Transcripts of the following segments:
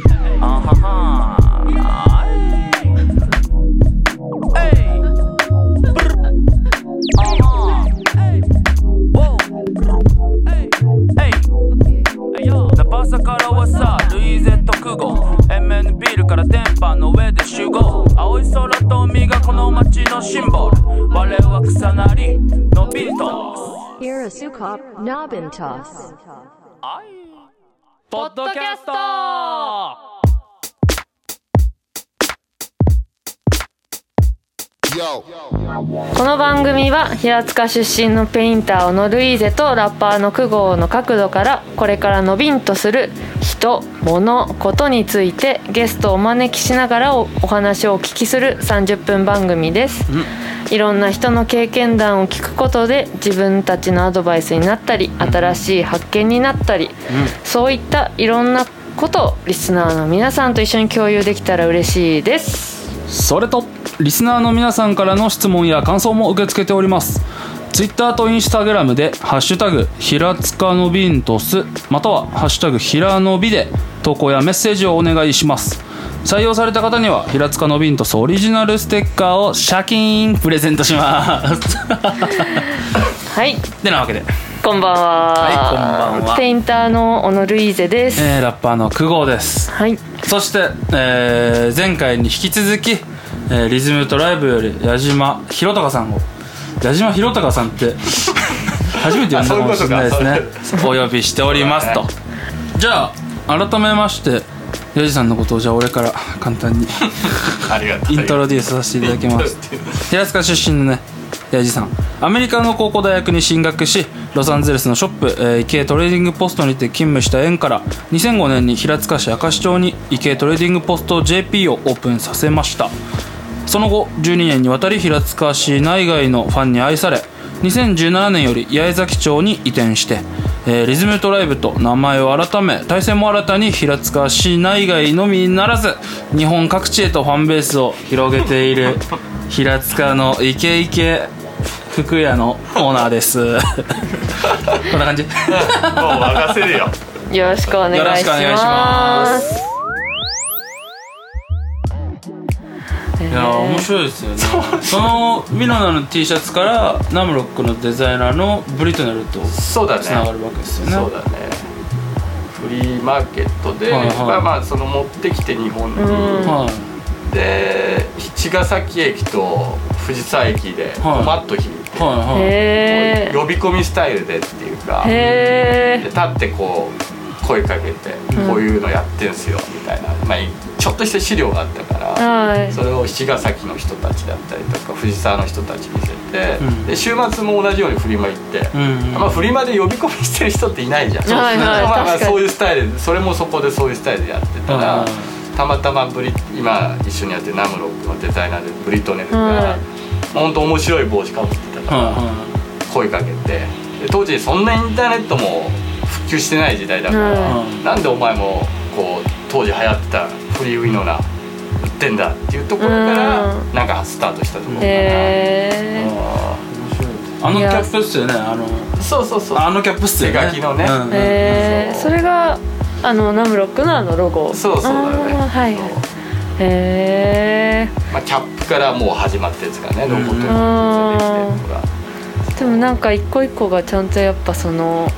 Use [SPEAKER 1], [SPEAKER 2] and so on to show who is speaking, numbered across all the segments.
[SPEAKER 1] 哈哈！哎，哎，啊哈！哎，哦，哎，哎。ナバサからはさルイゼット空港 MN ビールから電波の上で集合青い空と海がこの街のシンボル我は草なりのびりと
[SPEAKER 2] Irisukop Nobintos.
[SPEAKER 1] ポッドキャスト
[SPEAKER 3] Yo.
[SPEAKER 4] この番組は平塚出身のペインターのルイーゼとラッパーの久号の角度からこれからのびんとする人物ことについてゲストをお招きしながらおお話をお聞きする30分番組です、いろんな人の経験談を聞くことで自分たちのアドバイスになったり新しい発見になったり、そういったいろんなことをリスナーの皆さんと一緒に共有できたら嬉しいです
[SPEAKER 5] それとリスナーの皆さんからの質問や感想も受け付けておりますツイッターとインスタグラムで「ハッシュタグひらつかのびんとす」または「ハッシュタグひらのび」で投稿やメッセージをお願いします採用された方にはひらつかのびんとすオリジナルステッカーをシャキーンプレゼントします
[SPEAKER 4] はい
[SPEAKER 5] てなわけで、
[SPEAKER 4] こんばんは。
[SPEAKER 5] はいこんばんは
[SPEAKER 4] ペインターの小野ルイーゼです。
[SPEAKER 5] えーラッパーの久保です
[SPEAKER 4] はい。
[SPEAKER 5] そして、えー前回に引き続き、えーリズムトライブより矢島博隆さんを矢島博隆さんって 初めて呼んだかもしれないですねお呼びしておりますとじゃあ改めまして矢島さんのことをじゃあ俺から簡単に
[SPEAKER 6] ありがとう
[SPEAKER 5] イントロデュースさせていただきます平塚出身のねヤジさんアメリカの高校大学に進学しロサンゼルスのショップ、えー、池江トレーディングポストにて勤務した縁から2005年に平塚市明石町に池江トレーディングポスト JP をオープンさせましたその後12年にわたり平塚市内外のファンに愛され2017年より八重崎町に移転して、えーリズムトライブと名前を改め体制も新たに平塚市内外のみならず日本各地へとファンベースを広げている 平塚のイケイケ福屋のオーナーです こんな感じよ
[SPEAKER 6] もう任せるよ
[SPEAKER 4] よろしくお願いし
[SPEAKER 5] ろ
[SPEAKER 4] ます。
[SPEAKER 5] しくお願いします
[SPEAKER 4] えー
[SPEAKER 5] いやー面白いですよねそのミラノの T シャツからナムロックのデザイナーのブリトネルと
[SPEAKER 6] そうだね
[SPEAKER 5] つながるわけですよね
[SPEAKER 6] そうだねフリーマーケットで、
[SPEAKER 5] はいはい
[SPEAKER 6] まあまあその持ってきて日本に、
[SPEAKER 5] はい
[SPEAKER 6] で七ヶ崎駅と藤沢駅
[SPEAKER 5] は
[SPEAKER 6] で
[SPEAKER 5] い
[SPEAKER 6] トマット引いて、
[SPEAKER 5] はいはい
[SPEAKER 4] へ
[SPEAKER 6] 呼び込みスタイルでっていう
[SPEAKER 4] ー。
[SPEAKER 6] か
[SPEAKER 4] へ
[SPEAKER 6] で立ってこう声かけて、こういうのやってんすよみたいな、まあ、ちょっとした資料があったから、
[SPEAKER 4] ー。はい。
[SPEAKER 6] それを七ヶ崎の人たちだったりとか藤沢の人たちに見せて、
[SPEAKER 5] うん
[SPEAKER 6] で週末も同じようにフリマ行って、
[SPEAKER 5] うん
[SPEAKER 6] まあ、フリマで呼び込みしてる人っていないじゃん、
[SPEAKER 4] はいはい
[SPEAKER 6] まあまあ
[SPEAKER 4] 確かに
[SPEAKER 6] そういうスタイルでそれもそこでそういうスタイルでやってたら、
[SPEAKER 5] うん
[SPEAKER 6] たまたまブリ今一緒にやってるナムロックのデザイナーでブリトネルが、
[SPEAKER 4] はい
[SPEAKER 6] まあ本当面白い帽子かぶってたから、
[SPEAKER 5] は
[SPEAKER 6] 声かけてで当時そんなインターネットも普及してない時代だから、
[SPEAKER 4] はい
[SPEAKER 6] なんでお前もこう当時流行ってたフリーウィノナ売ってんだっていうところから
[SPEAKER 4] うん
[SPEAKER 6] なんかスタートしたところかな、
[SPEAKER 4] へー
[SPEAKER 5] あのキャップっすよねあの
[SPEAKER 6] そうそうそう
[SPEAKER 5] あのキャップっすよね
[SPEAKER 6] 手書きのね
[SPEAKER 5] うん
[SPEAKER 4] へー。それがあのナムロックのあのロゴ。
[SPEAKER 6] そうそうだね
[SPEAKER 4] あーはい
[SPEAKER 6] そう
[SPEAKER 4] はい。へー。
[SPEAKER 6] まあ、キャップからもう始まってですからねロボットにできてるのが
[SPEAKER 4] でもなんか一個一個がちゃんとやっぱその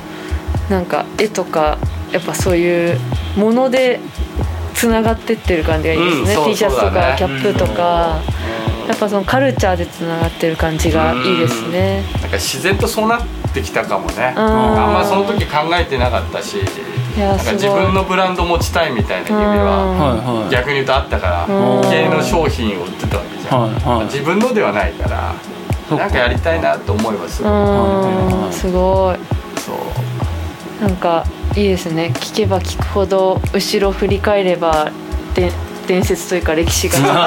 [SPEAKER 4] なんか絵とかやっぱそういうものでつながってってる感じがいいですね、
[SPEAKER 6] うんそう
[SPEAKER 4] T シャツと
[SPEAKER 6] そうだ
[SPEAKER 4] か
[SPEAKER 6] ね
[SPEAKER 4] キャップとか、やっぱそのカルチャーでつながってる感じがいいですね、
[SPEAKER 6] なんか自然とそうなってきたかもね
[SPEAKER 4] うん
[SPEAKER 6] あんまその時考えてなかったし
[SPEAKER 4] いや
[SPEAKER 6] なんか
[SPEAKER 4] す
[SPEAKER 6] 自
[SPEAKER 4] ごい
[SPEAKER 6] 分のブランド持ちたいみたいな
[SPEAKER 4] う
[SPEAKER 6] 夢は
[SPEAKER 4] ん
[SPEAKER 5] はいはい
[SPEAKER 6] 逆に言うとあったから
[SPEAKER 4] うん
[SPEAKER 6] 系の商品を売ってたわけじゃん
[SPEAKER 5] はいはい
[SPEAKER 6] 自分のではないからなんかやりたいなと思いますごい
[SPEAKER 4] うん、すご
[SPEAKER 6] そう
[SPEAKER 4] いなんかいいですね聞けば聞くほど後ろ振り返ればで伝説というか歴史が変 わって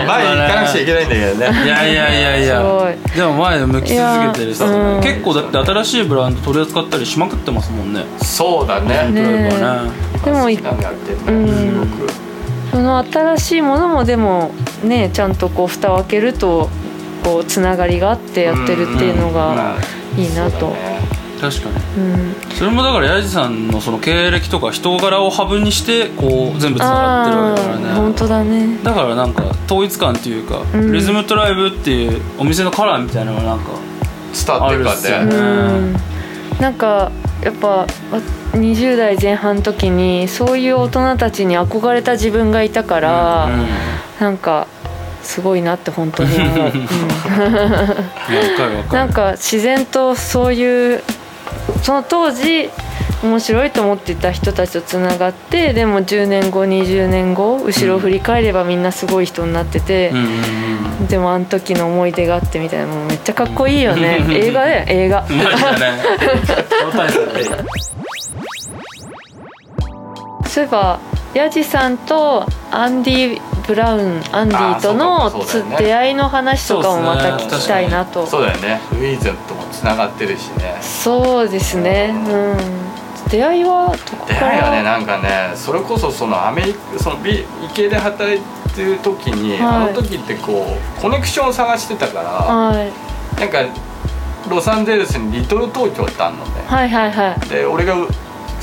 [SPEAKER 5] あ
[SPEAKER 6] 前に行かなくちゃいけないんだけど
[SPEAKER 5] い
[SPEAKER 6] ね
[SPEAKER 5] やいやいやい
[SPEAKER 4] すご
[SPEAKER 5] や
[SPEAKER 4] い
[SPEAKER 5] でも前を向き続けてるし
[SPEAKER 4] いやうん
[SPEAKER 5] 結構だって新しいブランド取り扱ったりしまくってますもんね
[SPEAKER 6] そうだね
[SPEAKER 4] ねえ
[SPEAKER 5] 例えばね
[SPEAKER 4] でも
[SPEAKER 6] 好きなんだってすごく
[SPEAKER 4] その新しいものもでもねちゃんとこう蓋を開けるとこうつながりがあってやってるっていうの
[SPEAKER 6] ま
[SPEAKER 4] が
[SPEAKER 6] あ
[SPEAKER 4] いいなと
[SPEAKER 6] そうだね
[SPEAKER 5] 確かに
[SPEAKER 4] うん、
[SPEAKER 5] それもだから八重さんのその経歴とか人柄をハブにしてこう全部つながってるわけだから
[SPEAKER 4] ああ本
[SPEAKER 5] ね
[SPEAKER 4] 当だね
[SPEAKER 5] だからなんか統一感っていうか、
[SPEAKER 4] ん
[SPEAKER 5] リズムトライブっていうお店のカラーみたいなのがなんか
[SPEAKER 6] 伝わってる
[SPEAKER 5] あるっすよ
[SPEAKER 6] か
[SPEAKER 5] ね
[SPEAKER 6] ね
[SPEAKER 4] うんなんかやっぱわ20代前半の時にそういう大人たちに憧れた自分がいたから、
[SPEAKER 5] うんうん
[SPEAKER 4] なんかすごいなって本当に思 う、うん
[SPEAKER 5] わかるわかる
[SPEAKER 4] なんか自然とそういうその当時面白いと思っていた人たちとつながってでも10年後20年後後ろを振り返ればみんなすごい人になってて
[SPEAKER 5] うん、うん
[SPEAKER 4] でもあの時の思い出があってみたいなもうめっちゃかっこいいよね映画だよ映画
[SPEAKER 5] うんマジだね超大切だね
[SPEAKER 4] そういえばヤジさんとアンディ・ブラウンアンディと
[SPEAKER 6] あ
[SPEAKER 4] の
[SPEAKER 6] ーそうか
[SPEAKER 4] つ
[SPEAKER 6] そうだよね
[SPEAKER 4] 出会いの話とかもまた聞きたいなと
[SPEAKER 6] そうだよねルイーゼともつながってるしね
[SPEAKER 4] そうですねうん出会いはどこ
[SPEAKER 6] 出
[SPEAKER 4] か
[SPEAKER 6] 会いはね
[SPEAKER 4] ら
[SPEAKER 6] なんかねそれこそそのアメリカその美理系で働いてる時に、
[SPEAKER 4] はい
[SPEAKER 6] あの時ってこうコネクションを探してたから、
[SPEAKER 4] はい
[SPEAKER 6] なんかロサンゼルスにリトル東京ってあるのね、
[SPEAKER 4] はいはいはい
[SPEAKER 6] で俺がう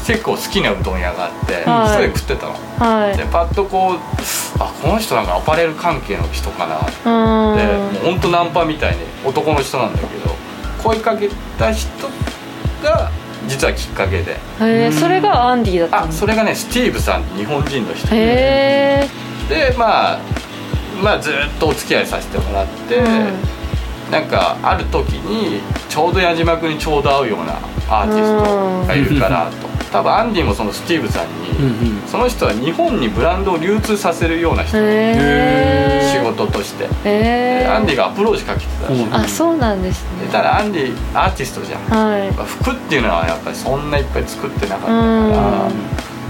[SPEAKER 6] 結構好きなうどん屋があって、
[SPEAKER 4] はい
[SPEAKER 6] 一人で食ってたの、
[SPEAKER 4] はい
[SPEAKER 6] でパッとこうあこの人なんかアパレル関係の人かなって
[SPEAKER 4] う
[SPEAKER 6] で
[SPEAKER 4] ーん
[SPEAKER 6] もうほんとナンパみたいに男の人なんだけど声かけた人が実はきっかけで
[SPEAKER 4] へえそれがアンディだった
[SPEAKER 6] あ
[SPEAKER 4] の
[SPEAKER 6] それがねスティーブさんって日本人の人
[SPEAKER 4] へえ
[SPEAKER 6] でまあまあずっとお付き合いさせてもらって、なんかある時にちょうど矢島君にちょうど合うようなアーティストがいるからと多分アンディもそのスティーブさ
[SPEAKER 5] う
[SPEAKER 6] ん
[SPEAKER 5] んう
[SPEAKER 6] に、
[SPEAKER 5] ん
[SPEAKER 6] その人は日本にブランドを流通させるような人、
[SPEAKER 4] へえ
[SPEAKER 6] 仕事として、
[SPEAKER 4] へえ
[SPEAKER 6] でアンディがアプローチかけてたらしい、
[SPEAKER 5] うん
[SPEAKER 6] で
[SPEAKER 4] あそうなんですね
[SPEAKER 6] ただアンディアーティストじゃん、
[SPEAKER 4] はい
[SPEAKER 6] 服っていうのはやっぱりそんないっぱい作ってなかったから、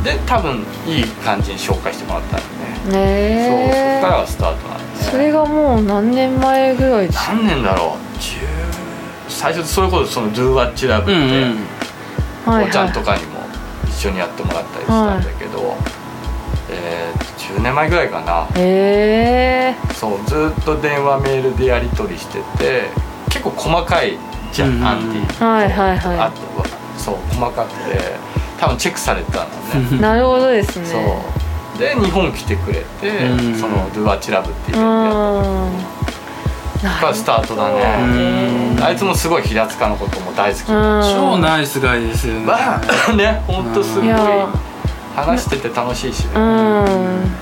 [SPEAKER 6] で多分いい感じに紹介してもらったんでね、
[SPEAKER 4] へ
[SPEAKER 6] そうそ
[SPEAKER 4] え
[SPEAKER 6] っからがスタートなんです、ね、
[SPEAKER 4] それがもう何年前ぐらいです
[SPEAKER 6] 何年だろう10最初それこそその「Do What You Love」って、
[SPEAKER 5] うんうん
[SPEAKER 4] はい
[SPEAKER 6] おちゃ
[SPEAKER 4] は
[SPEAKER 6] んと
[SPEAKER 4] い
[SPEAKER 6] かにも一緒にやってもらったりしたんだけど、えーと10年前ぐらいかな
[SPEAKER 4] へえ
[SPEAKER 6] そうずっと電話メールでやり取りしてて結構細かいじゃん、
[SPEAKER 5] うんうん
[SPEAKER 6] アンディ
[SPEAKER 4] はいはい
[SPEAKER 6] あ
[SPEAKER 4] は
[SPEAKER 6] とはそう細かくて多分チェックされてたんだね
[SPEAKER 4] いなるほどですね
[SPEAKER 6] そうで日本来てくれて、
[SPEAKER 5] うん
[SPEAKER 6] その「Do What You Love」っていう
[SPEAKER 4] うー
[SPEAKER 6] イベントやっ
[SPEAKER 4] ん
[SPEAKER 6] たからスタートだね、
[SPEAKER 5] うん
[SPEAKER 6] あいつもすごい平塚のことも大好き
[SPEAKER 4] う
[SPEAKER 5] 超
[SPEAKER 4] ん
[SPEAKER 5] ナイスガイですよね
[SPEAKER 6] まあ ね本当すご
[SPEAKER 4] い
[SPEAKER 6] い
[SPEAKER 4] や
[SPEAKER 6] 話してて楽しいしね、
[SPEAKER 4] うん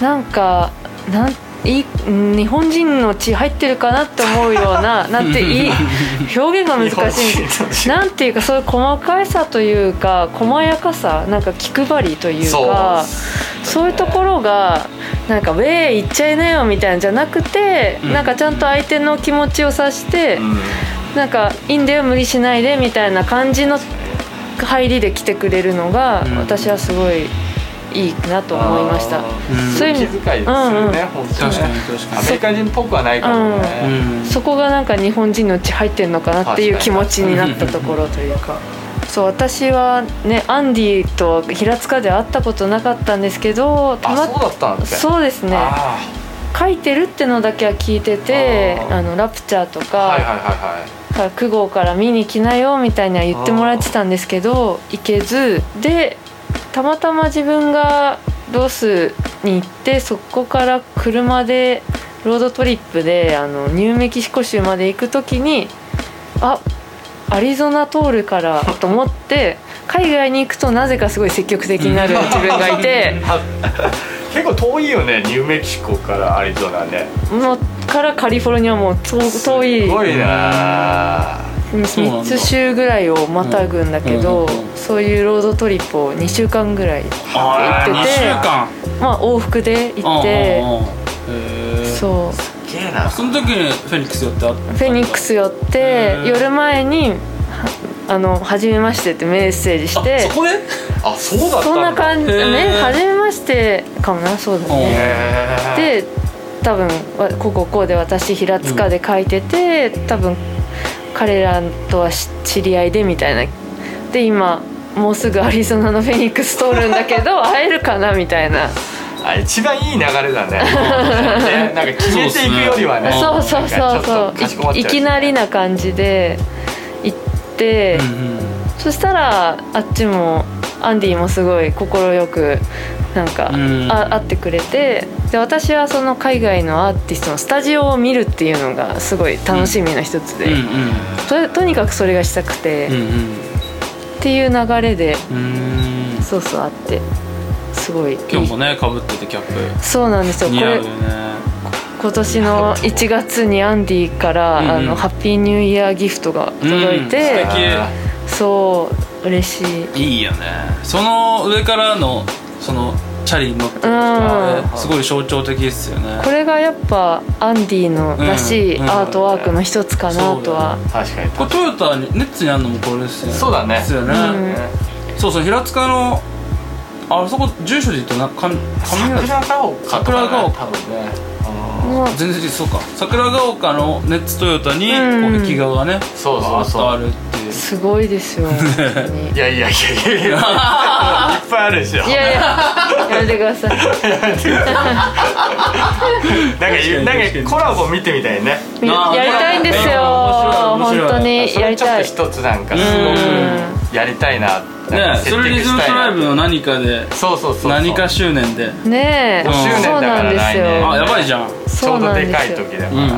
[SPEAKER 4] なんかなんいいうん日本人の血入ってるかなって思うようななんていい表現が難しいんで
[SPEAKER 6] 日本
[SPEAKER 4] す
[SPEAKER 6] 人
[SPEAKER 4] なんていうかそういう細かいさというか細やかさなんか気配りというかそういうところがなんか「ウェイ行っちゃいなよ」みたいなんじゃなくて、
[SPEAKER 5] うん
[SPEAKER 4] なんかちゃんと相手の気持ちを察して、
[SPEAKER 6] うん
[SPEAKER 4] なんか「いいんだよ無理しないで」みたいな感じの入りで来てくれるのが、
[SPEAKER 5] うん
[SPEAKER 4] 私はすごいいいなと思いました
[SPEAKER 6] あ。
[SPEAKER 5] うん
[SPEAKER 6] ー
[SPEAKER 4] そういう意味
[SPEAKER 6] 気遣いですよね、本当
[SPEAKER 5] 確
[SPEAKER 6] に
[SPEAKER 5] かに
[SPEAKER 6] ね
[SPEAKER 5] 確か
[SPEAKER 6] アメリカ人っぽくはないかも
[SPEAKER 5] に、
[SPEAKER 6] ね、
[SPEAKER 5] うん
[SPEAKER 4] そこがなんか日本人の血入ってんのかなっていう気持ちになったところというか。そう私はねアンディと平塚で会ったことなかったんですけどた
[SPEAKER 6] あそう
[SPEAKER 4] ま
[SPEAKER 6] だったんだっけ
[SPEAKER 4] そうですね
[SPEAKER 6] あ
[SPEAKER 4] 書いてるってのだけは聞いてて
[SPEAKER 6] あ
[SPEAKER 4] あ
[SPEAKER 6] ー
[SPEAKER 4] のラプチャーと
[SPEAKER 6] あは
[SPEAKER 4] か
[SPEAKER 6] いはいはいはい
[SPEAKER 4] から9号から見に来なよみたいには言ってもらってたんですけど行けずでたまたま自分がロスに行ってそこから車でロードトリップであのニューメキシコ州まで行く時にあアリゾナ通るからと思って海外に行くとなぜかすごい積極的になる自分がい て。
[SPEAKER 6] 結構遠いよねニューメキシコからアリゾナね
[SPEAKER 4] もうからカリフォルニアも遠遠い
[SPEAKER 6] すごいな
[SPEAKER 5] そうなんだ
[SPEAKER 4] 3つ週ぐらいをまたぐんだけ
[SPEAKER 5] うん
[SPEAKER 4] ど、
[SPEAKER 5] うんうんうん
[SPEAKER 4] そういうロードトリップを2週間ぐらい、
[SPEAKER 5] あー
[SPEAKER 4] 行ってて
[SPEAKER 5] 二週間
[SPEAKER 4] まあ、往復で行って
[SPEAKER 5] うんうんうんへー
[SPEAKER 4] そ
[SPEAKER 6] すげえな
[SPEAKER 5] その時にフェニックス寄ってあっ
[SPEAKER 4] うフェニックス寄っ
[SPEAKER 5] へ
[SPEAKER 4] て
[SPEAKER 5] ー
[SPEAKER 4] 夜前に「はあの初めまして」ってメッセージして
[SPEAKER 5] あそこで
[SPEAKER 6] あそうだったんだ
[SPEAKER 4] そんな感じ
[SPEAKER 5] へー
[SPEAKER 4] ね初めましてかもなそうだね。
[SPEAKER 6] へー
[SPEAKER 4] で多分わこここうで私平塚で書いてて、多分彼らとはし知り合いでみたいなで今もうすぐアリゾナのフェニックス通るんだけ ど会えるかなみたいな
[SPEAKER 6] あ一番いい流れだねねなんか決めていくよりはね
[SPEAKER 5] あ
[SPEAKER 4] そうそうそう
[SPEAKER 6] なん
[SPEAKER 4] そ
[SPEAKER 6] かちょっとかしこまっ
[SPEAKER 4] う
[SPEAKER 6] ちゃ
[SPEAKER 4] いいきなりな感じで行っって、そしたらあっちもアンディもすごい快くなんか、
[SPEAKER 5] うん
[SPEAKER 4] あ会ってくれてで私はその海外のアーティストのスタジオを見るっていうのがすごい楽しみの一つで、
[SPEAKER 5] うんうん
[SPEAKER 4] ととにかくそれがしたくて、
[SPEAKER 5] うん
[SPEAKER 4] っていう流れで
[SPEAKER 5] うんうん
[SPEAKER 4] そうそうあってすごいいい
[SPEAKER 5] 今日もねかぶっててキャップ
[SPEAKER 4] そうなんですよこ
[SPEAKER 5] 似合う
[SPEAKER 4] れ
[SPEAKER 5] よね
[SPEAKER 4] 今年の1月にアンディから、
[SPEAKER 5] うんうん
[SPEAKER 4] あのハッピーニューイヤーギフトが届いて
[SPEAKER 5] うん、素
[SPEAKER 4] そう嬉しい
[SPEAKER 5] 敵いいよねその上からのそのチャリに乗ってる人
[SPEAKER 4] うん
[SPEAKER 5] ねすごい象徴的ですよね
[SPEAKER 4] これがやっぱアンディのらしい
[SPEAKER 5] うん
[SPEAKER 4] アートワークの一つかなとは、
[SPEAKER 6] 確かに
[SPEAKER 5] これトヨタにネッツにあるのもこれですよね
[SPEAKER 6] そうだね
[SPEAKER 5] ですよね、
[SPEAKER 4] うん
[SPEAKER 5] そうそう平塚のあそこ住所で言うとなか上上
[SPEAKER 6] 桜が丘とか
[SPEAKER 5] 桜が
[SPEAKER 6] ね
[SPEAKER 5] 丘
[SPEAKER 6] 多分ね
[SPEAKER 4] もう
[SPEAKER 5] 全然違うそうか桜ヶ丘のネッツトヨタにこ
[SPEAKER 4] うん
[SPEAKER 5] う壁画がね
[SPEAKER 6] そうそ
[SPEAKER 5] バー
[SPEAKER 6] うそう
[SPEAKER 5] ッとあるっていう
[SPEAKER 4] すごいです よ本当に
[SPEAKER 6] いやいやいやいや いやいっぱいあるでしょ
[SPEAKER 4] いやいややめてください
[SPEAKER 6] なんか
[SPEAKER 5] かに確か
[SPEAKER 6] な
[SPEAKER 5] に
[SPEAKER 6] んかコラボ見てみたいね
[SPEAKER 4] み
[SPEAKER 5] なあ
[SPEAKER 4] やりたいんですよ
[SPEAKER 5] 面白い面白い
[SPEAKER 4] 本当に
[SPEAKER 6] そ
[SPEAKER 4] や
[SPEAKER 6] れ
[SPEAKER 4] り
[SPEAKER 6] ちょ
[SPEAKER 4] たい
[SPEAKER 6] っと一つなんかす
[SPEAKER 5] うん
[SPEAKER 6] ごくやりたいななん
[SPEAKER 5] ね
[SPEAKER 6] か
[SPEAKER 5] それリズムトライブの何かで
[SPEAKER 6] そうそうそうそう
[SPEAKER 5] 何か執念で
[SPEAKER 4] ねえ
[SPEAKER 5] 5周年
[SPEAKER 4] そう
[SPEAKER 6] だか
[SPEAKER 4] な
[SPEAKER 6] ら
[SPEAKER 4] んです
[SPEAKER 6] 来年
[SPEAKER 5] あ
[SPEAKER 4] よ
[SPEAKER 5] やばいじゃんう
[SPEAKER 6] ちょ
[SPEAKER 4] そう
[SPEAKER 6] う
[SPEAKER 4] な
[SPEAKER 6] ど
[SPEAKER 4] ん
[SPEAKER 6] で
[SPEAKER 4] で
[SPEAKER 6] か
[SPEAKER 4] す
[SPEAKER 6] い
[SPEAKER 4] よ
[SPEAKER 6] 時だか
[SPEAKER 5] んう
[SPEAKER 6] ら
[SPEAKER 5] ん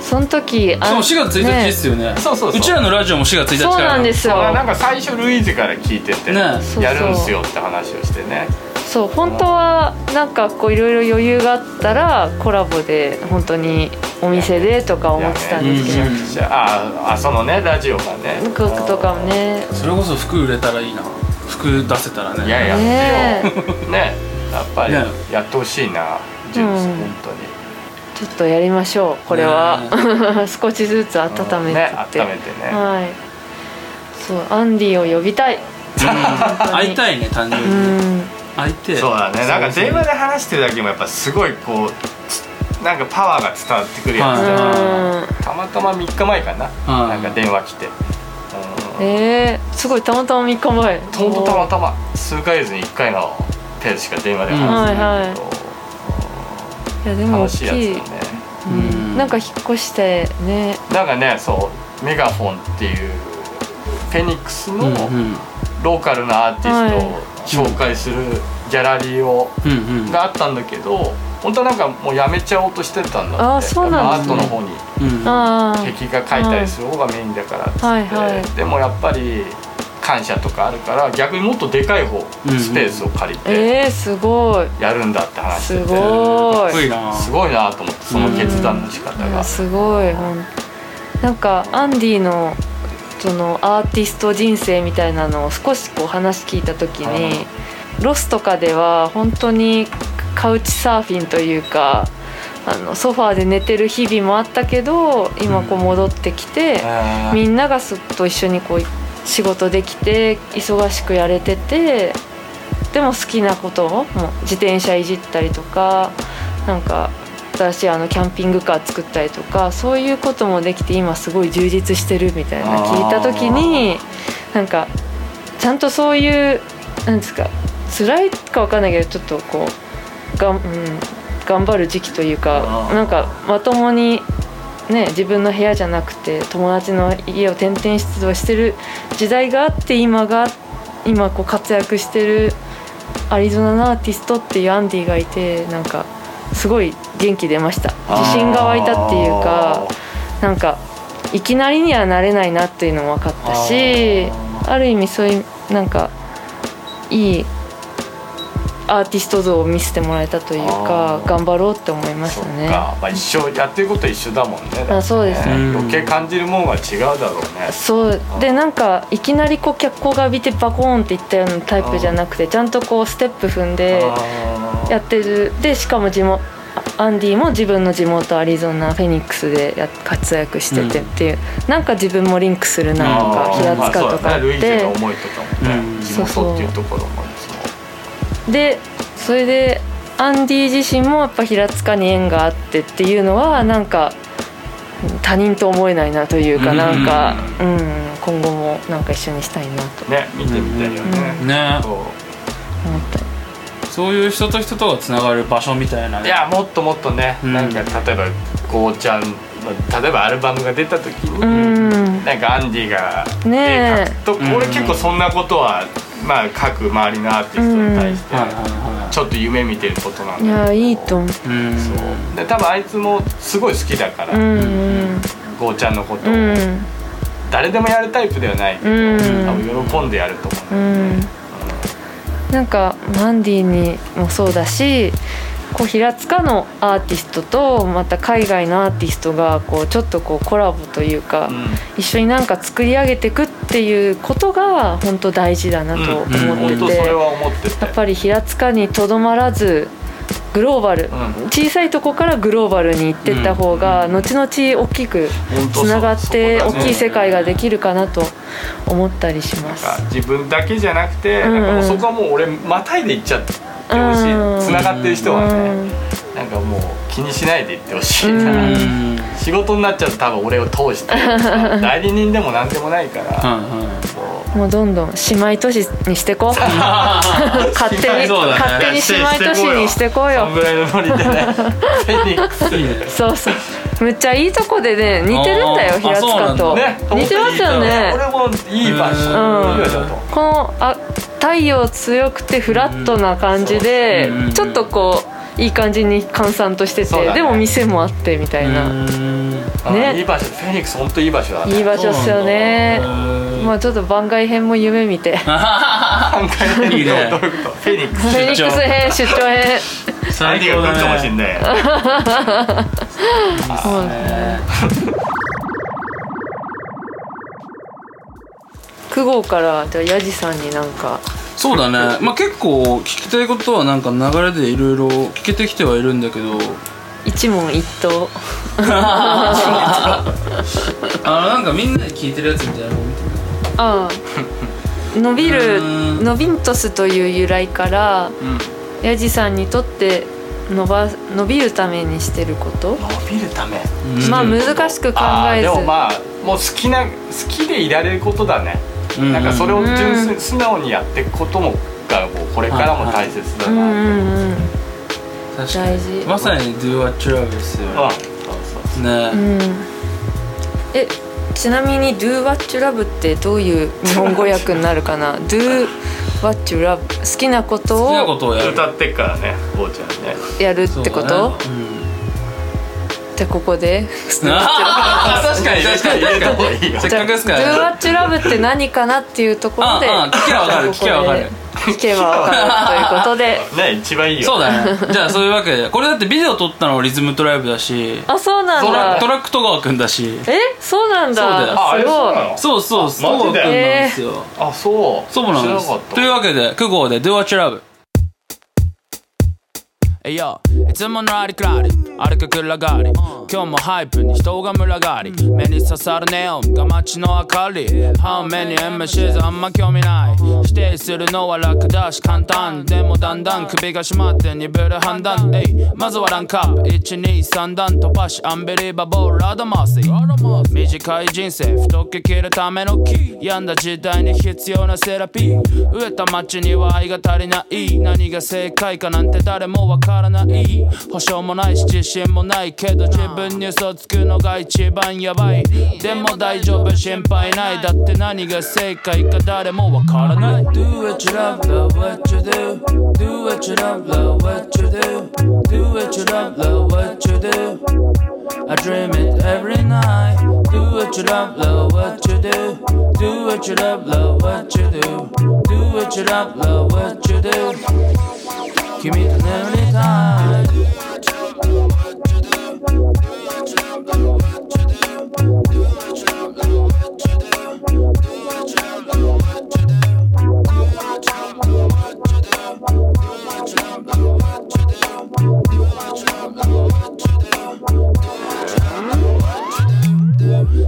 [SPEAKER 4] その時あ
[SPEAKER 5] しか
[SPEAKER 4] ん
[SPEAKER 5] も4月1日
[SPEAKER 4] ねえ
[SPEAKER 5] ですよね
[SPEAKER 6] そうそうそう
[SPEAKER 5] ちらのラジオも4月1日から
[SPEAKER 4] そうなんですよ
[SPEAKER 6] そうなんか最初ルイーズから聞いてて、
[SPEAKER 5] ね
[SPEAKER 4] そう
[SPEAKER 6] やるんすよって話をしてね
[SPEAKER 4] そう本当はなんかこういろいろ余裕があったらコラボで本当にお店でとか思ってたんですけ
[SPEAKER 5] いや
[SPEAKER 4] ど
[SPEAKER 5] ね
[SPEAKER 6] じゃあああそのねラジオがね
[SPEAKER 4] 僕とかもね
[SPEAKER 5] それこそ服売れたらいいな服出せたらね
[SPEAKER 6] いやや
[SPEAKER 4] ね
[SPEAKER 6] ってよねやっぱり
[SPEAKER 5] ね
[SPEAKER 6] やってほしいなジュース
[SPEAKER 4] うん
[SPEAKER 6] 本当に
[SPEAKER 4] ちょっとやりましょうこれは、 少しずつ温め
[SPEAKER 6] ね
[SPEAKER 4] てって、
[SPEAKER 6] 温めてね
[SPEAKER 4] はいそうアンディを呼びたい
[SPEAKER 5] 会いたいね誕生
[SPEAKER 4] う
[SPEAKER 5] 日
[SPEAKER 4] ん
[SPEAKER 5] 会いてえ
[SPEAKER 6] そうだねなんか
[SPEAKER 5] そうそう
[SPEAKER 6] 電話で話してるだけでもやっぱすごいこうつなんかパワーが伝わってくるやつ
[SPEAKER 5] はい
[SPEAKER 6] で
[SPEAKER 4] うん
[SPEAKER 6] たまたま3日前かな
[SPEAKER 5] はい
[SPEAKER 6] なんか電話来て
[SPEAKER 4] えー、すごいたまたま3日前
[SPEAKER 6] ほんとたまたま数ヶ月に1回のペースしか電話で話せないけど
[SPEAKER 4] いやでも大
[SPEAKER 6] 楽しい
[SPEAKER 4] き
[SPEAKER 6] やつ
[SPEAKER 4] い
[SPEAKER 6] だね
[SPEAKER 4] うんなんか引っ越してね
[SPEAKER 6] なんかねそうメガフォンっていうフェニックスの
[SPEAKER 5] うんうん
[SPEAKER 6] ローカルなアーティストを紹介するギャラリーを
[SPEAKER 5] うんうん
[SPEAKER 6] があったんだけど本当はなんかもうやめちゃおうとしてたんだって
[SPEAKER 4] あーそうなんですね
[SPEAKER 6] アートの方に
[SPEAKER 5] うん
[SPEAKER 4] ああ
[SPEAKER 6] 壁画描いたりする方がメインだからっつって、
[SPEAKER 4] はいはい
[SPEAKER 6] でもやっぱり感謝とかあるから逆にもっとでかい方
[SPEAKER 5] うん
[SPEAKER 6] スペースを借りて
[SPEAKER 4] えー、すごい
[SPEAKER 6] やるんだって話して
[SPEAKER 4] す
[SPEAKER 6] て、
[SPEAKER 4] ご
[SPEAKER 5] かっこい
[SPEAKER 4] い
[SPEAKER 5] いな
[SPEAKER 6] すごいなと思ってその決断の仕方
[SPEAKER 4] い
[SPEAKER 6] が、
[SPEAKER 4] やすごいほんなんかアンディのそのアーティスト人生みたいなのを少しこう話聞いた時にロスとかでは本当にカウチサーフィンというかあのソファーで寝てる日々もあったけど今こう戻ってきて、
[SPEAKER 6] えー
[SPEAKER 4] みんながすっと一緒にこう仕事できて忙しくやれててでも好きなことをもう自転車いじったりとかなんか新しいあのキャンピングカー作ったりとかそういうこともできて今すごい充実してるみたいな聞いた時になんかちゃんとそういうなんですか辛いかわかんないけどちょっとこうがん、うん、頑張る時期というか
[SPEAKER 6] あー
[SPEAKER 4] なんかまともに、ね、自分の部屋じゃなくて友達の家を転々出動してる時代があって今が今こう活躍してるアリゾナのアーティストっていうアンディがいてなんかすごい元気出ました自信が湧いたっていうかなんかいきなりにはなれないなっていうのも分かったしある意味そういうなんかいいアーティスト像を見せてもらえたというか
[SPEAKER 6] あー
[SPEAKER 4] 頑張ろうって思いまし
[SPEAKER 6] そったか、
[SPEAKER 4] ね
[SPEAKER 6] まあ、一生やってること一緒だもんね
[SPEAKER 4] あそうですね
[SPEAKER 5] うん
[SPEAKER 6] 余計感じるもんは違うだろうね
[SPEAKER 4] そう
[SPEAKER 6] あー
[SPEAKER 4] でなんかいきなりこう脚光が浴びてバコーンっていったようなタイプじゃなくてちゃんとこうステップ踏んで
[SPEAKER 6] あー
[SPEAKER 4] やってるでしかも地元アンディも自分の地元アリゾナフェニックスでや活躍しててっていう、なんか自分もリンクするなと
[SPEAKER 6] あ
[SPEAKER 4] か平塚と
[SPEAKER 6] ーま
[SPEAKER 4] か
[SPEAKER 6] あ
[SPEAKER 4] っ
[SPEAKER 6] そうだねルイー
[SPEAKER 4] て、
[SPEAKER 6] ジの思いとかも
[SPEAKER 5] うん
[SPEAKER 6] ね地元っていうところもいつも
[SPEAKER 4] でそれでアンディ自身もやっぱ平塚に縁があってっていうのはなんか他人と思えないなというか、
[SPEAKER 5] うん
[SPEAKER 4] なんか、うん、今後もなんか一緒にしたいなと
[SPEAKER 6] ね見てみたいよね、
[SPEAKER 5] ね
[SPEAKER 6] そ
[SPEAKER 4] 思った
[SPEAKER 5] そういう人と人とがつながる場所みたいな
[SPEAKER 6] う
[SPEAKER 5] ね
[SPEAKER 6] いやもっともっとね、
[SPEAKER 5] うん
[SPEAKER 6] なんか例えばゴーちゃんの例えばアルバムが出た時に、
[SPEAKER 4] うん、うん
[SPEAKER 6] なんかアンディが
[SPEAKER 4] ねえ
[SPEAKER 6] 絵描くと俺結構そんなことはまあ書く周りのアーティストに対して
[SPEAKER 5] はいは
[SPEAKER 6] ちょっと夢見てることなんだけ
[SPEAKER 4] い
[SPEAKER 6] ど
[SPEAKER 4] やいいと思
[SPEAKER 5] いはいうん
[SPEAKER 6] で多分あいつもすごい好きだから、
[SPEAKER 4] ううん
[SPEAKER 6] ゴーちゃんのこと
[SPEAKER 4] う
[SPEAKER 6] を、
[SPEAKER 4] ん
[SPEAKER 6] 誰でもやるタイプではないけど、
[SPEAKER 4] うん
[SPEAKER 6] 多分喜んでやると思う、
[SPEAKER 4] うんなんかマンディにもそうだしこう平塚のアーティストとまた海外のアーティストがこうちょっとこうコラボというか、
[SPEAKER 6] うん
[SPEAKER 4] 一緒になんか作り上げていくっていうことが本当大事だなと思ってて、
[SPEAKER 5] うん
[SPEAKER 6] 本当それは思ってて
[SPEAKER 4] やっぱり平塚にとどまらずグローバル、
[SPEAKER 6] うん
[SPEAKER 4] 小さいとこからグローバルに行ってった方が後々大きく
[SPEAKER 6] 本当そ
[SPEAKER 4] つ
[SPEAKER 6] う
[SPEAKER 4] ながって
[SPEAKER 6] そ
[SPEAKER 4] 大
[SPEAKER 6] こだね
[SPEAKER 4] きい世界ができるかなと思ったりします。
[SPEAKER 6] なんか自分だけじゃなくて、
[SPEAKER 4] うんうん
[SPEAKER 6] なんかもうそこはもう俺またいで行っちゃってほしい、
[SPEAKER 4] うん
[SPEAKER 6] つながってる人は
[SPEAKER 4] う
[SPEAKER 6] ね
[SPEAKER 4] ん、
[SPEAKER 6] なんかもう気にしないで行ってほしいな、
[SPEAKER 4] う
[SPEAKER 5] うん
[SPEAKER 4] ん
[SPEAKER 6] 仕事になっちゃうと多分俺を通 して代理人でも何でもないから、
[SPEAKER 5] はいはい
[SPEAKER 6] こう
[SPEAKER 4] もうどんどん姉妹都市にし てこう勝手に、
[SPEAKER 5] そうだね
[SPEAKER 4] 勝手に姉妹都市にしてこうよ
[SPEAKER 6] そんぐらいのノリでねフェニッ クス
[SPEAKER 5] いいね
[SPEAKER 4] そうそうむっちゃいいとこでね似てるんだ
[SPEAKER 5] あ
[SPEAKER 4] よ
[SPEAKER 5] ー
[SPEAKER 4] 平
[SPEAKER 5] あ
[SPEAKER 4] 塚
[SPEAKER 5] そ
[SPEAKER 4] と、
[SPEAKER 5] う
[SPEAKER 6] ね
[SPEAKER 4] 似てますよね
[SPEAKER 6] 俺もいい場
[SPEAKER 4] う
[SPEAKER 6] 所
[SPEAKER 4] ん
[SPEAKER 6] いい場所と
[SPEAKER 4] このあ太陽強くてフラットな感じで、
[SPEAKER 5] うん
[SPEAKER 4] ちょっとこういい感じに閑散として
[SPEAKER 6] そう
[SPEAKER 4] て、
[SPEAKER 6] だね
[SPEAKER 4] でも店もあってみたいな、
[SPEAKER 5] うん
[SPEAKER 6] あ
[SPEAKER 4] ね
[SPEAKER 6] いい場所フェニックス本当いい場所だね
[SPEAKER 4] いい場所っすよね
[SPEAKER 5] そうなんだ
[SPEAKER 4] まあちょっと番外編も夢見てフ
[SPEAKER 6] 半回
[SPEAKER 5] いいね
[SPEAKER 6] どういうことフェニックス
[SPEAKER 4] ェニックス編出張編
[SPEAKER 6] アン
[SPEAKER 5] 最
[SPEAKER 6] ディ
[SPEAKER 5] 高
[SPEAKER 6] が来るかも
[SPEAKER 5] だ
[SPEAKER 6] しれ
[SPEAKER 5] ね
[SPEAKER 6] ない
[SPEAKER 4] そう9号からじゃあヤジさんになんか
[SPEAKER 5] そうだねまあ結構聞きたいことはなんか流れでいろいろ聞けてきてはいるんだけど
[SPEAKER 4] 一問一答
[SPEAKER 5] あのなんかみんなで聞いてるやつみたいなの見て
[SPEAKER 4] ああ伸びる
[SPEAKER 5] うん
[SPEAKER 4] 伸びんとすという由来から
[SPEAKER 6] うん
[SPEAKER 4] ヤジさんにとって伸ば伸びるためにしてること、
[SPEAKER 6] 伸びるため
[SPEAKER 5] うん
[SPEAKER 4] まあ難しく考
[SPEAKER 6] あー
[SPEAKER 4] えず
[SPEAKER 6] でもまあもう好きな好きでいられることだね
[SPEAKER 5] うん
[SPEAKER 6] なんかそれを純粋
[SPEAKER 4] う
[SPEAKER 6] に素直にやっていくこともがこうこれからも大切だ
[SPEAKER 4] うんう
[SPEAKER 6] なって
[SPEAKER 4] んうん
[SPEAKER 5] 確か
[SPEAKER 4] 大
[SPEAKER 5] に
[SPEAKER 4] 事
[SPEAKER 5] まさに Do what you love ですよ
[SPEAKER 6] うん
[SPEAKER 5] ね
[SPEAKER 6] そうそう
[SPEAKER 4] うんえちなみに「Do what you love」ってどういう日本語訳になるかな「Do what you love」好きなこと
[SPEAKER 5] 好きなこ
[SPEAKER 4] を
[SPEAKER 5] とをやる
[SPEAKER 6] 歌ってっからねゴーちゃんね
[SPEAKER 4] やるってこ
[SPEAKER 5] そう
[SPEAKER 4] と、
[SPEAKER 5] だねうん
[SPEAKER 4] じゃあここで
[SPEAKER 5] あー確かに確かに確
[SPEAKER 6] 入れた方
[SPEAKER 5] か
[SPEAKER 6] がいいよ
[SPEAKER 5] にせっかくですか
[SPEAKER 4] 「Do
[SPEAKER 5] ら
[SPEAKER 4] what you love」って何かなっていうところで
[SPEAKER 5] ああ聞けばわかる
[SPEAKER 4] じゃあここで聞けばわかるというこ とで
[SPEAKER 6] ね一番いいよ
[SPEAKER 5] そうだねじゃあそういうわけでこれだってビデオ撮ったのもリズムトライブだし
[SPEAKER 4] あそうなん
[SPEAKER 5] トラ
[SPEAKER 4] だ
[SPEAKER 5] トラック戸川君だし
[SPEAKER 4] えそうなん
[SPEAKER 5] そうだよ
[SPEAKER 4] だ
[SPEAKER 6] あ
[SPEAKER 4] す
[SPEAKER 6] あれそう
[SPEAKER 4] ごい
[SPEAKER 6] なの
[SPEAKER 5] そうそう
[SPEAKER 6] あ
[SPEAKER 5] そう
[SPEAKER 6] マジで
[SPEAKER 5] 君なんですよ
[SPEAKER 6] あそう
[SPEAKER 5] そうなんで
[SPEAKER 6] 知らなかっ
[SPEAKER 5] す
[SPEAKER 6] た
[SPEAKER 5] というわけで9号で Do what you love
[SPEAKER 1] Hey yo いつものありくらり歩く暗がり今日もハイプに人が群がり目に刺さるネオンが街の明かり How many MCs あんま興味ない否定するのは楽だし簡単でもだんだん首が締まって鈍る判断 Hey まずはランカップ123段飛ばしアンビリバボーラドマーシー短い人生太く切るためのキー病んだ時代に必要なセラピー飢えた街には愛が足りない何が正解かなんて誰もわからない保証もないし自信もないけど自分に嘘つくのが一番やばいでも大丈夫心配ないだって何が正解か誰もわからない Do what you love, love what you do Do what you love, love what you do Do what you love, love what you do I dream it every night. Do what you love, love what you do. Do what you love, love what you do. Do what you love, love what you do. 君と眠りたい。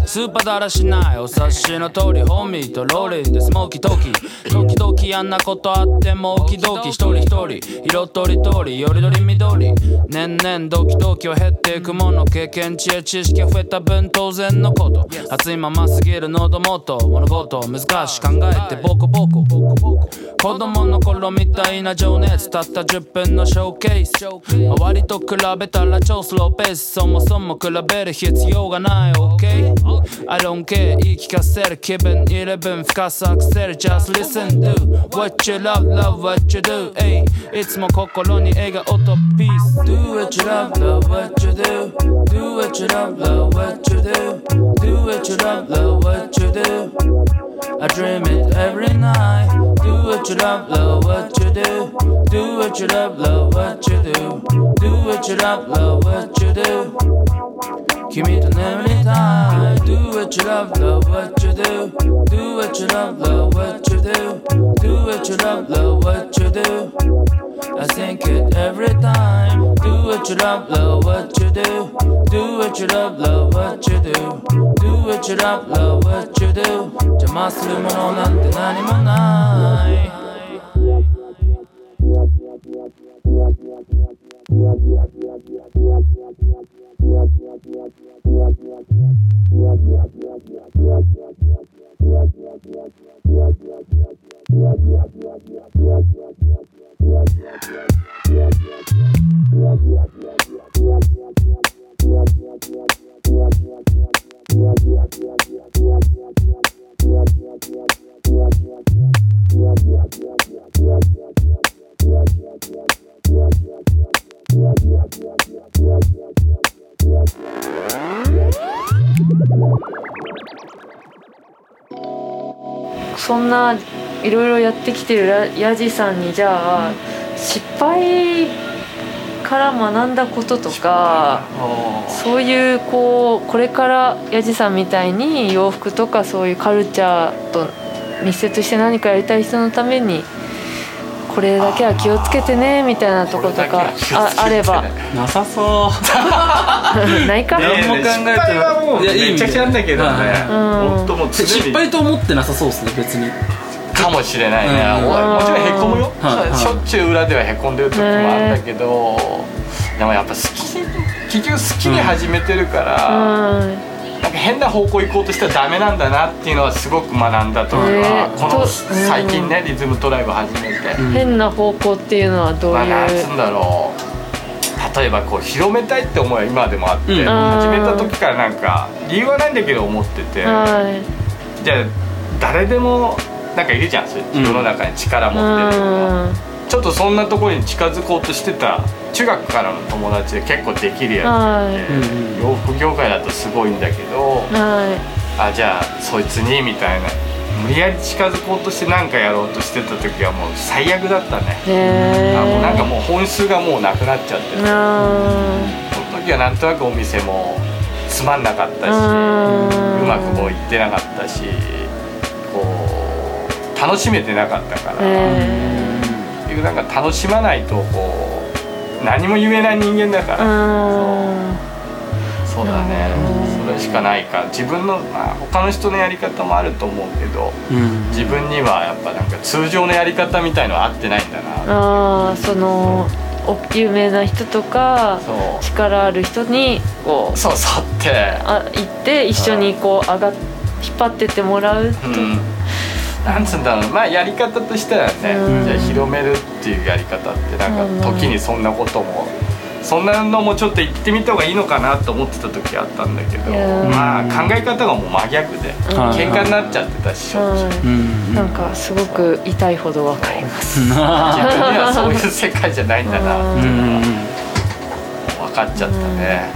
[SPEAKER 1] スーパーだらしないお察しの通りホーミーとローリーでスモーキートーキー時々あんなことあってもオキドキ一人一人色とりどりよりどり緑年々ドキドキは減っていくもの経験値や知識が増えた分当然のこと熱いまますぎる喉元物事を難しく考えてボコボコ子供の頃みたいな情熱たった10分のショーケース周りと比べたら超スローペースそもそも比べる必要がない OK I don't care 言い聞かせる気分11深さアクセル Just listen do What you love love what you do えいいつも心に笑顔と Peace Do what you love love what you do Do what you love love what you do Do what you love love what you do I dream it every night. Do what you love, love what you do. Do what you love, love what you do. Do what you love, love what you do. 君と眠りたい Do what you love, love what you do Do what you love, love what you do Do what you love, love what you do I think it every time Do what you love, love what you do Do what you love, love what you do Do what you love, love what you do 邪魔するものなんて何もない
[SPEAKER 4] そんないろいろやってきてるラヤジさんにじゃあ失敗から学んだこととかそういうこうこれからヤジさんみたいに洋服とかそういうカルチャーと密接して何かやりたい人のためにこれだけは気をつけてねみたいなとこと
[SPEAKER 6] これ
[SPEAKER 4] か
[SPEAKER 6] だけは
[SPEAKER 4] あ
[SPEAKER 6] 気をつけてね
[SPEAKER 4] あれば
[SPEAKER 5] なさそう
[SPEAKER 4] ないか
[SPEAKER 5] や
[SPEAKER 6] ね
[SPEAKER 5] もう考えてない
[SPEAKER 6] 失敗はもう
[SPEAKER 5] いやいい意味で
[SPEAKER 6] めちゃくちゃなんだけどね
[SPEAKER 4] うん
[SPEAKER 6] 本当もう常に
[SPEAKER 5] 失敗と思ってなさそうですね別に
[SPEAKER 6] かもしれないね、
[SPEAKER 5] うん
[SPEAKER 6] おもちろんへこむよ、
[SPEAKER 5] はいはい
[SPEAKER 6] しょっちゅう裏ではへこんでる時もあんだけど、でもやっぱ好き結局好きで始めてるから、
[SPEAKER 4] うん
[SPEAKER 6] なんか変な方向行こうとしたらダメなんだなっていうのはすごく学んだと思う
[SPEAKER 4] ね
[SPEAKER 6] わこ
[SPEAKER 4] と
[SPEAKER 6] の最近ね、リズムトライブ始めて、
[SPEAKER 4] 変な方向っていうのはどう
[SPEAKER 6] まあなん
[SPEAKER 4] い
[SPEAKER 6] つ
[SPEAKER 4] う
[SPEAKER 6] うんだろう例えばこう広めたいって思いは今でもあって、
[SPEAKER 5] うん
[SPEAKER 6] 始めた時からなんか理由はないんだけど思ってて、
[SPEAKER 4] はい
[SPEAKER 6] じゃあ誰でもなんかいるじゃんそういう世の中に力持
[SPEAKER 4] う
[SPEAKER 6] ってるのは。
[SPEAKER 4] ん
[SPEAKER 6] ちょっとそんなところに近づこうとしてた中学からの友達で結構できるやつ
[SPEAKER 4] は
[SPEAKER 6] で、
[SPEAKER 5] うん
[SPEAKER 6] 洋服業界だとすごいんだけど
[SPEAKER 4] いはい
[SPEAKER 6] あじゃあそいつにみたいな無理やり近づこうとして何かやろうとしてた時はもう最悪だったね、
[SPEAKER 4] へえ
[SPEAKER 6] あもうなんかもう本数がもうなくなっちゃってて、その時はなんとなくお店もつまんなかったし、うまくもういってなかったしこう楽しめてなかったから。
[SPEAKER 4] え
[SPEAKER 6] 結局なんか楽しまないとこう何も言えない人間だか
[SPEAKER 4] う
[SPEAKER 6] ら、
[SPEAKER 4] ん
[SPEAKER 6] そうだねそれしかないから自分の、まあ、他の人のやり方もあると思うけど
[SPEAKER 5] うん
[SPEAKER 6] 自分にはやっぱなんか通常のやり方みたいのは合ってないんだな、
[SPEAKER 4] ああそのお有名な人とか
[SPEAKER 6] そう
[SPEAKER 4] 力ある人にこう
[SPEAKER 6] そうそうって、
[SPEAKER 4] あ行って一緒にこう上がっ引っ張ってってもらうと
[SPEAKER 6] うん、なんつうんだろうまあやり方としてはね、
[SPEAKER 4] うん
[SPEAKER 6] じゃあ広めるっていうやり方ってなんか時にそんなことも。そんなのもちょっと言ってみた方がいいのかなと思ってた時あったんだけど
[SPEAKER 4] いやー
[SPEAKER 6] まあ考え方がもう真逆で
[SPEAKER 5] はい
[SPEAKER 6] 喧嘩になっちゃってたししょっちゅう
[SPEAKER 4] は
[SPEAKER 5] う
[SPEAKER 4] い
[SPEAKER 5] ん
[SPEAKER 4] なんかすごく痛いほどわかります
[SPEAKER 6] 自分にはそういう世界じゃないんだな
[SPEAKER 5] うんうん
[SPEAKER 6] 分かっちゃったね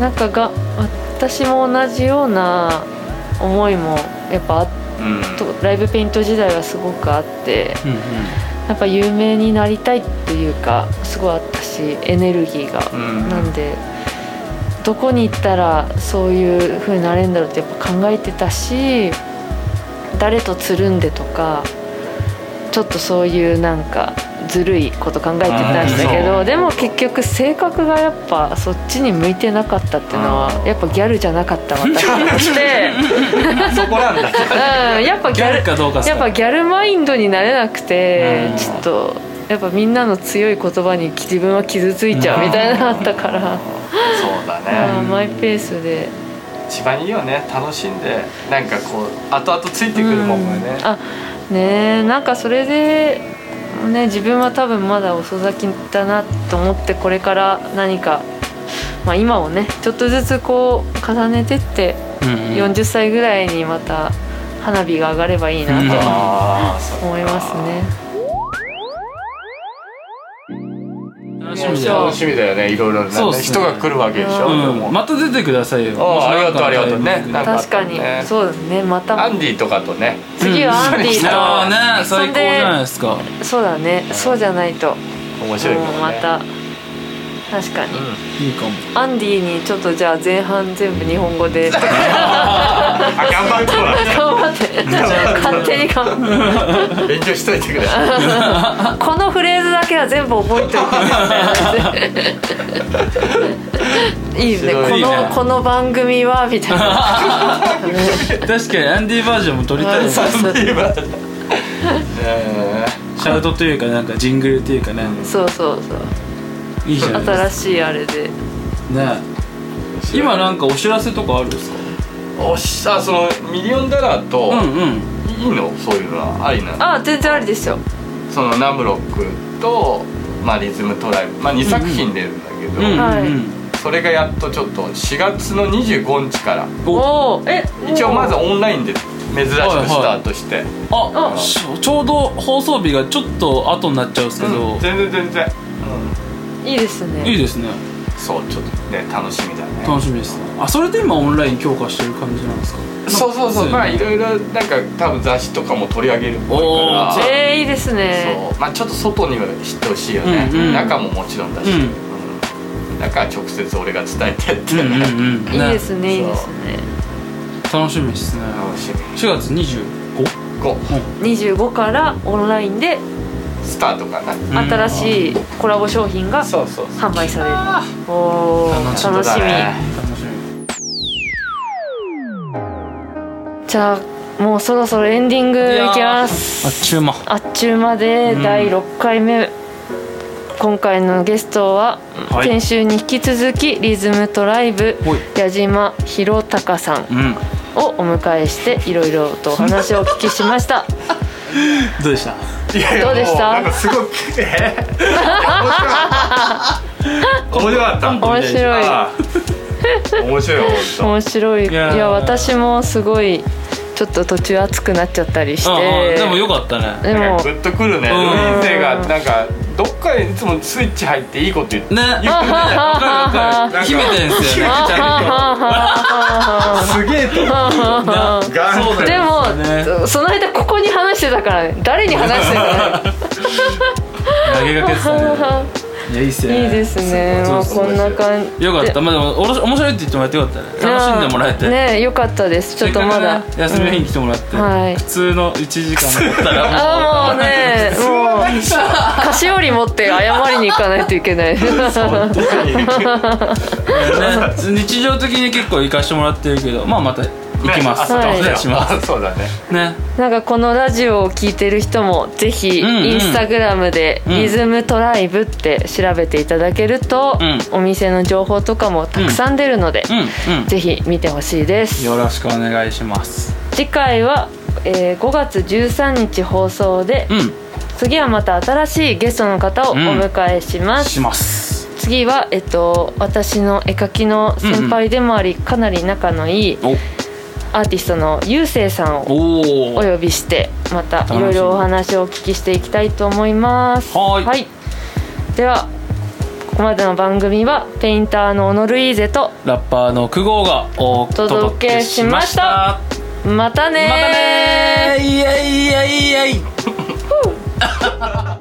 [SPEAKER 4] なんかが私も同じような思いもやっぱあっ
[SPEAKER 6] うん
[SPEAKER 4] とライブペイント時代はすごくあって
[SPEAKER 5] うん
[SPEAKER 4] やっぱ有名になりたいっていうかすごい私エネルギーが、
[SPEAKER 6] うん
[SPEAKER 4] なんでどこに行ったらそういう風になれるんだろうってやっぱ考えてたし誰とつるんでとかちょっとそういうなんかずるいこと考えてたんだけ
[SPEAKER 6] あーそ
[SPEAKER 4] ど
[SPEAKER 6] う
[SPEAKER 4] でも結局性格がやっぱそっちに向いてなかったっていうの
[SPEAKER 6] あ
[SPEAKER 4] は
[SPEAKER 6] ー
[SPEAKER 4] やっぱギャルじゃなかった私として、
[SPEAKER 6] そこなんだ
[SPEAKER 4] うん、やっぱギ
[SPEAKER 5] ギ
[SPEAKER 4] ャ
[SPEAKER 5] ャ
[SPEAKER 4] ル
[SPEAKER 5] ルかどうかっすか
[SPEAKER 4] やっぱギャルマインドになれなくて
[SPEAKER 5] うん
[SPEAKER 4] ちょっとやっぱみんなの強い言葉に自分は傷ついちゃうみたいなのあったから
[SPEAKER 6] そうだ
[SPEAKER 4] あー
[SPEAKER 6] ね
[SPEAKER 4] マイペースで
[SPEAKER 6] 一番いいよね楽しんでなんかこう後々ついてくるもんがね
[SPEAKER 4] あねえなんかそれで、ね、自分は多分まだ遅咲きだなと思ってこれから何か、まあ、今をねちょっとずつこう重ねてって
[SPEAKER 5] うんうん
[SPEAKER 4] 40歳ぐらいにまた花火が上がればいいな
[SPEAKER 5] うん
[SPEAKER 4] と
[SPEAKER 6] ああそっか
[SPEAKER 4] 思いますね。
[SPEAKER 5] 楽しみ
[SPEAKER 6] 楽し
[SPEAKER 5] だよ
[SPEAKER 6] 楽しみだよねいろいろな
[SPEAKER 5] そうっすね
[SPEAKER 6] 人が来るわけでしょ、
[SPEAKER 5] う
[SPEAKER 6] で
[SPEAKER 5] ん
[SPEAKER 6] も
[SPEAKER 5] また出てくださいよ
[SPEAKER 6] ああありがとうありがとうね
[SPEAKER 5] なんか
[SPEAKER 6] なん
[SPEAKER 4] 確かに、
[SPEAKER 6] ね
[SPEAKER 4] そうですねま
[SPEAKER 6] ア
[SPEAKER 4] た
[SPEAKER 6] ンディとかとね
[SPEAKER 4] 次はアンディ
[SPEAKER 6] 一緒に来た
[SPEAKER 5] あ
[SPEAKER 6] ら
[SPEAKER 4] と、
[SPEAKER 5] あね最高じゃないですか
[SPEAKER 4] そうだねそうじゃないと、
[SPEAKER 6] 面白いかも、
[SPEAKER 4] う
[SPEAKER 6] ね、
[SPEAKER 4] んまた確かに、
[SPEAKER 5] いいかも
[SPEAKER 4] アンディにちょっとじゃあ前半全部日本語 で頑
[SPEAKER 6] あ頑張ってもらっ
[SPEAKER 4] 張って勝手に頑張って
[SPEAKER 6] 勉強しといてくださ
[SPEAKER 4] て
[SPEAKER 6] い
[SPEAKER 4] このフレーズだけは全部覚えておいていいですね
[SPEAKER 6] 面
[SPEAKER 4] こ
[SPEAKER 6] 白
[SPEAKER 5] いね
[SPEAKER 4] のこの番組はみたいな
[SPEAKER 5] 確かにアンディバージョンも撮りたいです
[SPEAKER 4] そうそう
[SPEAKER 6] ね
[SPEAKER 5] シャウトというかなんかジングルというかね
[SPEAKER 4] そうそうそう
[SPEAKER 5] いいじゃないで
[SPEAKER 4] 新
[SPEAKER 5] す
[SPEAKER 4] しいあれで
[SPEAKER 5] かね
[SPEAKER 6] え
[SPEAKER 5] 今なんかお知らせとかあるんですか
[SPEAKER 6] おっしゃそのミリオンダラーと、
[SPEAKER 5] うんうん
[SPEAKER 6] いいのそういうのはありなの
[SPEAKER 4] あ全然ありですよ
[SPEAKER 6] そのナムロックと、まあ、リズムトライブ、まあ、2作品出るんだけど、
[SPEAKER 5] うんうん
[SPEAKER 4] はい
[SPEAKER 5] うん
[SPEAKER 6] それがやっとちょっと4月の25日から
[SPEAKER 4] おおーえ
[SPEAKER 6] 一応まず
[SPEAKER 4] も
[SPEAKER 6] オンラインで珍しくスタートして、
[SPEAKER 5] あ
[SPEAKER 4] あ
[SPEAKER 5] しちょうど放送日がちょっと後になっちゃうんですけ
[SPEAKER 6] う
[SPEAKER 5] ど
[SPEAKER 6] ん全然全然、
[SPEAKER 4] ういいですね
[SPEAKER 5] いいですね
[SPEAKER 6] そうちょっとね楽しみだね
[SPEAKER 5] 楽しみですねあそれで今オンライン強化してる感じなんですか
[SPEAKER 6] そうそうそうまあい
[SPEAKER 5] い
[SPEAKER 6] ろいろなんか多分雑誌とかも取り上げるっぽい
[SPEAKER 5] お
[SPEAKER 6] から
[SPEAKER 4] えー、いいですね
[SPEAKER 6] そうまあちょっと外には知ってほしいよね、
[SPEAKER 5] うんうん
[SPEAKER 6] 中ももちろんだし、
[SPEAKER 5] う
[SPEAKER 6] うんんだから直接俺が伝えてって、
[SPEAKER 5] うん
[SPEAKER 6] ね
[SPEAKER 5] うんうん
[SPEAKER 4] いいで
[SPEAKER 5] ね
[SPEAKER 4] すねいいですね
[SPEAKER 5] 楽しみですね
[SPEAKER 6] 楽しみ
[SPEAKER 5] 4月25
[SPEAKER 6] 5
[SPEAKER 4] 25からオンラインで
[SPEAKER 6] スタートかな、
[SPEAKER 4] 新しいコラボ商品が
[SPEAKER 6] そうそうそう
[SPEAKER 4] 販売されるお
[SPEAKER 5] 楽し
[SPEAKER 4] ー
[SPEAKER 5] み
[SPEAKER 4] 楽しみ
[SPEAKER 5] 楽しみ
[SPEAKER 4] じゃあもうそろそろエンディングいきます
[SPEAKER 5] あっちゅうま
[SPEAKER 4] あっちゅうまで
[SPEAKER 5] うん
[SPEAKER 4] 第6回目、今回のゲストは、
[SPEAKER 5] はい
[SPEAKER 4] 先週に引き続きリズムトライブ
[SPEAKER 5] ほい
[SPEAKER 4] 矢島博隆さん
[SPEAKER 5] うん
[SPEAKER 4] をお迎えしていろいろとお話をお聞きしました
[SPEAKER 5] どうでした
[SPEAKER 6] いやいや
[SPEAKER 4] どうでした
[SPEAKER 6] もなんかすごく え面白かった面白かった
[SPEAKER 4] 面白い
[SPEAKER 6] ああ面白いよ本
[SPEAKER 4] 面白いい
[SPEAKER 5] いや
[SPEAKER 4] や
[SPEAKER 5] ー
[SPEAKER 4] 私もすごいちょっと途中熱くなっちゃったりして
[SPEAKER 5] ああでもよかったね
[SPEAKER 6] 当
[SPEAKER 4] で
[SPEAKER 6] なん
[SPEAKER 4] も
[SPEAKER 6] かグッとくるね
[SPEAKER 5] うん
[SPEAKER 6] 人生がなんかどっかでいつもスイッチ入っていいこと言って
[SPEAKER 5] ね
[SPEAKER 4] ははは
[SPEAKER 6] なんか
[SPEAKER 5] 秘めてんすよね
[SPEAKER 4] あははは は
[SPEAKER 6] すげえと思う
[SPEAKER 5] な
[SPEAKER 6] ガン
[SPEAKER 4] で
[SPEAKER 5] ね
[SPEAKER 4] もその間ここに話してたからね誰に話してたの
[SPEAKER 5] 投げかけてたねいやいいっすよね
[SPEAKER 4] いいですねまあ
[SPEAKER 5] そう
[SPEAKER 4] こ
[SPEAKER 5] そうん
[SPEAKER 4] な感じ
[SPEAKER 5] よかったまあでもおろし面白いって言ってもらってよかったね楽しんでもらえて
[SPEAKER 4] ねよかったですちょっと
[SPEAKER 5] せ
[SPEAKER 4] まだ
[SPEAKER 5] っかくね休みの日に来てもらって、
[SPEAKER 4] うんはい
[SPEAKER 5] 普通の1時間だったらも
[SPEAKER 4] あもうねもう菓子折り持って謝りに行かないといけない
[SPEAKER 5] うね 日常的に結構行かしてもらってるけどまあまた行きます、
[SPEAKER 4] ねはい
[SPEAKER 5] お願いしま
[SPEAKER 6] あそうだね
[SPEAKER 5] すね
[SPEAKER 4] なんかこのラジオを聞いてる人もぜひ
[SPEAKER 5] うんうん
[SPEAKER 4] インスタグラムで「
[SPEAKER 5] うん
[SPEAKER 4] リズムトライブ」って調べていただけると、
[SPEAKER 5] う
[SPEAKER 4] お店の情報とかもたくさん出るので、
[SPEAKER 5] うん
[SPEAKER 4] ぜひ見てほしいで
[SPEAKER 5] うん
[SPEAKER 4] す
[SPEAKER 5] よろしくお願いします
[SPEAKER 4] 次回は、えー5月13日放送で、
[SPEAKER 5] うん
[SPEAKER 4] 次はまた新しいゲストの方をお
[SPEAKER 5] うん
[SPEAKER 4] 迎えします、
[SPEAKER 5] します
[SPEAKER 4] 次は、えっと、私の絵描きの先輩でもあり、かなり仲のいい
[SPEAKER 5] お
[SPEAKER 4] アーティストのゆうせいさんを
[SPEAKER 5] お
[SPEAKER 4] お
[SPEAKER 5] ー
[SPEAKER 4] 呼びしてまた
[SPEAKER 5] しみ
[SPEAKER 4] いろいろお話をお聞きしていきたいと思います
[SPEAKER 5] はーい
[SPEAKER 4] ではここまでの番組はペインターのオノルイーゼと
[SPEAKER 5] ラッパーの久保がお
[SPEAKER 4] 届けしましたまたねー
[SPEAKER 5] またねーイエイエイエイ